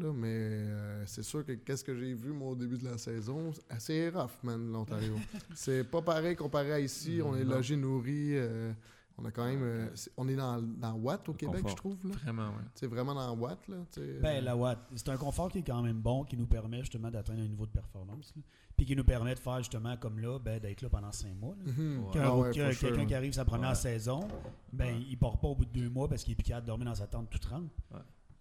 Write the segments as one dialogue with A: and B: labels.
A: là, mais euh, c'est sûr que qu'est-ce que j'ai vu, moi, au début de la saison, c'est assez rough, man, l'Ontario. c'est pas pareil comparé à ici. On est
B: Non.
A: logé, nourri. euh, on a quand même. euh, c'est- on est dans, dans Watt au Québec,
B: confort.
A: je trouve. là.
B: Vraiment, ouais.
A: C'est vraiment dans Watt, là. tu sais,
C: Ben,
A: euh,
C: la Watt, c'est un confort qui est quand même bon, qui nous permet justement d'atteindre un niveau de performance. là. Puis qui nous permet de faire justement comme là, ben, d'être là pendant cinq mois. là.
A: mhm.
B: Ouais.
C: Qu'un
A: Ah ouais,
C: rookie-
A: for
C: Quelqu'un
A: sure, ouais.
C: qui arrive sa première
B: Ouais.
C: saison, ben,
B: Ouais.
C: il part pas au bout de deux mois parce qu'il est plus capable de dormir dans sa tente toute trempe.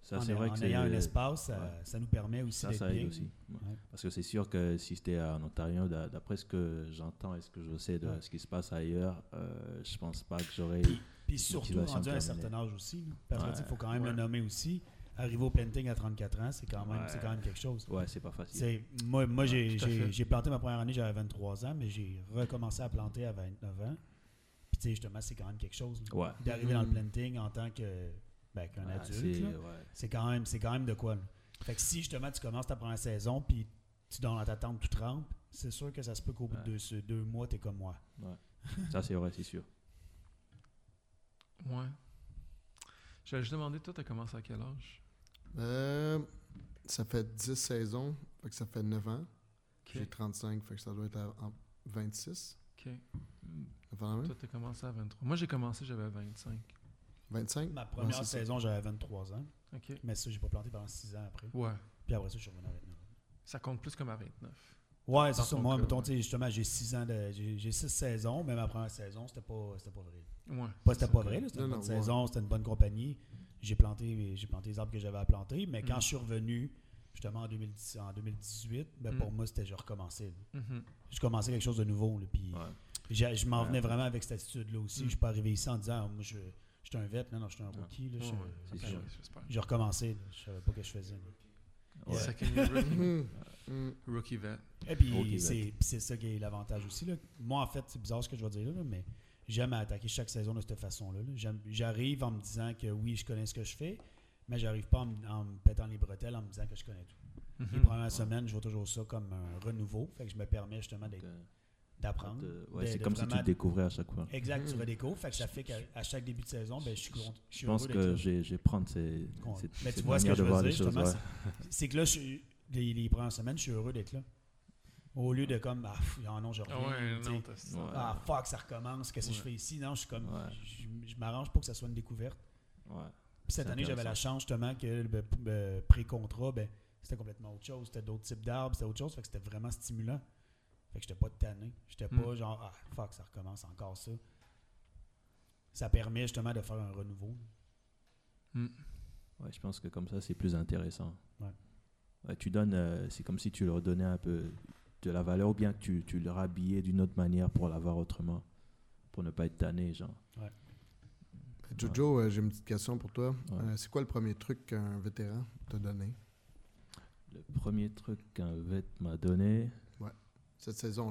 D: Ça,
C: en
D: c'est vrai
C: en
D: que c'est.
C: ayant un espace, ça,
D: ouais.
C: ça nous permet aussi
D: Ça,
C: d'être
D: ça
C: bien.
D: aide aussi. Ouais.
C: Ouais.
D: Parce que c'est sûr que si c'était en Ontario, d'a- d'après ce que j'entends et ce que je sais de
C: Ouais.
D: ce qui se passe ailleurs, euh, je pense pas que j'aurais.
C: Puis, puis surtout,
D: motivation
C: rendu à un
D: terminée.
C: certain âge aussi. là. Parce
D: Ouais,
C: qu'il faut quand même
B: ouais.
C: le nommer aussi. Arriver au planting à 34 ans, c'est quand, même-
D: Ouais.
C: c'est quand même quelque chose.
D: Ouais, c'est pas facile.
C: C'est- Moi, moi j'ai-
B: tout à fait.
C: j'ai j'ai planté ma première année, j'avais 23 ans, mais j'ai recommencé à planter à 29 ans. Puis, tu sais, justement, c'est quand même quelque chose. là.
D: Ouais.
C: D'arriver dans le
A: Mhm.
C: planting en tant que ben, qu'un
D: Ouais,
C: adulte,
D: Ah, c'est-
C: là,
D: ouais.
C: c'est quand, même- c'est quand même de quoi. là. Fait que si, justement, tu commences ta première saison, puis tu dors dans ta tente, tu trempes, c'est sûr que ça se peut qu'au bout de
D: Ouais.
C: deux, ce- deux mois, t'es comme moi.
D: Ça, c'est vrai, c'est sûr.
B: Ouais. J'allais juste demander, toi, t'as commencé à quel âge?
A: Euh, ça fait 10 saisons, fait que ça fait 9 ans. J'ai
B: Ok.
A: 35, fait que ça doit être à- en 26.
B: Ok.
A: avant la même.
B: Toi, t'as commencé à 23. Moi, j'ai commencé, j'avais 25.
A: 25?
C: Ma première
A: c'est ça.
C: saison, j'avais 23 ans,
B: Ok.
C: mais ça, j'ai pas planté pendant 6 ans après.
B: Ouais.
C: Puis après ça, je suis revenu à 29 ans.
B: Ça compte plus comme à 29.
C: Ouais,
B: Dans
C: c'est ça.
B: ton
C: Moi,
B: cas,
C: mettons,
B: ouais.
C: tu sais, justement, j'ai 6 ans de. J'ai j'ai six saisons, mais ma première saison, c'était pas, c'était pas vrai.
B: Ouais.
C: Pas, Bah, c'était
B: c'est
C: pas
B: ça.
C: vrai, là, c'était
A: Non,
C: une
A: non,
C: bonne
A: ouais.
C: saison, c'était une bonne compagnie. J'ai planté, j'ai planté les arbres que j'avais à planter, mais quand
B: Mm.
C: je suis revenu, justement, en, 2010 en 2018, ben,
B: Mm.
C: pour moi, c'était je recommençais. là.
B: Mhm.
C: Je commençais quelque chose de nouveau, là, puis
D: Ouais.
C: j'ai- je m'en
D: Ouais.
C: venais vraiment avec cette attitude-là aussi.
B: Mm.
C: Je suis pas arrivé ici en disant, Ah, moi, je, je suis un vet, non, non, je suis un rookie, là,
B: Ouais,
C: je,
B: ouais,
D: c'est
B: ben
D: sûr.
B: oui, j'espère.
C: je recommençais, là, je savais pas ce que je faisais. là.
D: Ouais.
B: Second year rookie,
A: Mhm. Mhm.
B: rookie vet.
C: Et
D: Ok,
C: puis,
D: Zach.
C: c'est puis c'est ça qui est l'avantage aussi. Là. Moi, en fait, c'est bizarre ce que je vais dire là, mais j'aime à attaquer chaque saison de cette façon-là. là. J'aime- J'arrive en me disant que oui, je connais ce que je fais, mais j'arrive pas en, me- en me pétant les bretelles en me disant que je connais tout. Les
B: Mhm.
C: premières semaines, je vois toujours ça comme un renouveau. Fait que je me permets justement
D: Donc,
C: d'être-
D: euh,
C: d'apprendre.
D: de- ouais,
C: de-
D: c'est
C: de
D: comme si tu
C: vraiment-
D: te découvrais à chaque fois.
C: Exact, tu
A: Mhm.
C: redécouvres. Fait que ça fait qu'à à chaque début de saison, ben, je suis content.
D: Je pense que je vais- je vais prendre ces,
C: Con-
D: cette,
C: Mais tu
D: cette
C: vois ce que
D: manière
C: je
D: de
C: veux
D: voir
C: dire,
D: les choses.
C: justement,
D: ouais.
C: C'est que là, je suis- les, les premières semaines, je suis heureux d'être là. Au lieu de comme, ah, pff, ah non, je
B: Ah
C: reviens.
B: ouais,
C: tu sais.
B: non, t'as ça.
D: Ouais.
C: Ah fuck, ça recommence, qu'est-ce que je
B: Ouais.
C: fais ici? Non, je suis comme.
D: Ouais.
C: Je, je m'arrange pour que ça soit une découverte.
D: Ouais.
C: Puis cette
D: C'est
C: année, j'avais
D: intéressant.
C: la chance justement que le p- le pré-contrat, ben, c'était complètement autre chose. C'était d'autres types d'arbres, c'était autre chose. Fait que c'était vraiment stimulant. Fait que j'étais pas tanné. J'étais
B: Hmm.
C: pas genre, ah fuck, ça recommence encore ça. Ça permet justement de faire un renouveau.
D: Ouais, je pense que comme ça, c'est plus intéressant.
C: Ouais.
D: Ouais, tu donnes, euh, c'est comme si tu leur donnais un peu de la valeur ou bien que tu, tu leur habillais d'une autre manière pour l'avoir autrement, pour ne pas être tanné, genre.
A: Jojo, euh, j'ai une petite question pour toi.
D: Ouais.
A: Euh, c'est quoi le premier truc qu'un vétéran t'a donné
D: Le premier truc qu'un vet m'a donné,
A: cette saison-là?